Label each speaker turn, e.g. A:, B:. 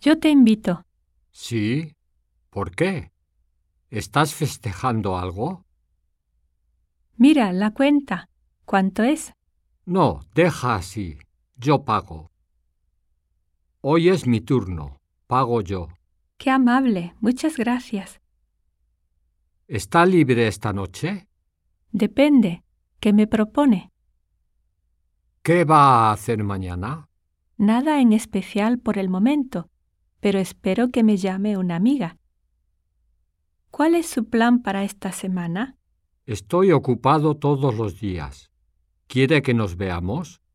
A: Yo te invito.
B: Sí. ¿Por qué? ¿Estás festejando algo?
A: Mira la cuenta. ¿Cuánto es?
B: No, deja así. Yo pago. Hoy es mi turno. Pago yo.
A: Qué amable. Muchas gracias.
B: ¿Está libre esta noche?
A: Depende. ¿Qué me propone?
B: ¿Qué va a hacer mañana?
A: Nada en especial por el momento, pero espero que me llame una amiga. ¿Cuál es su plan para esta semana?
B: Estoy ocupado todos los días. ¿Quiere que nos veamos?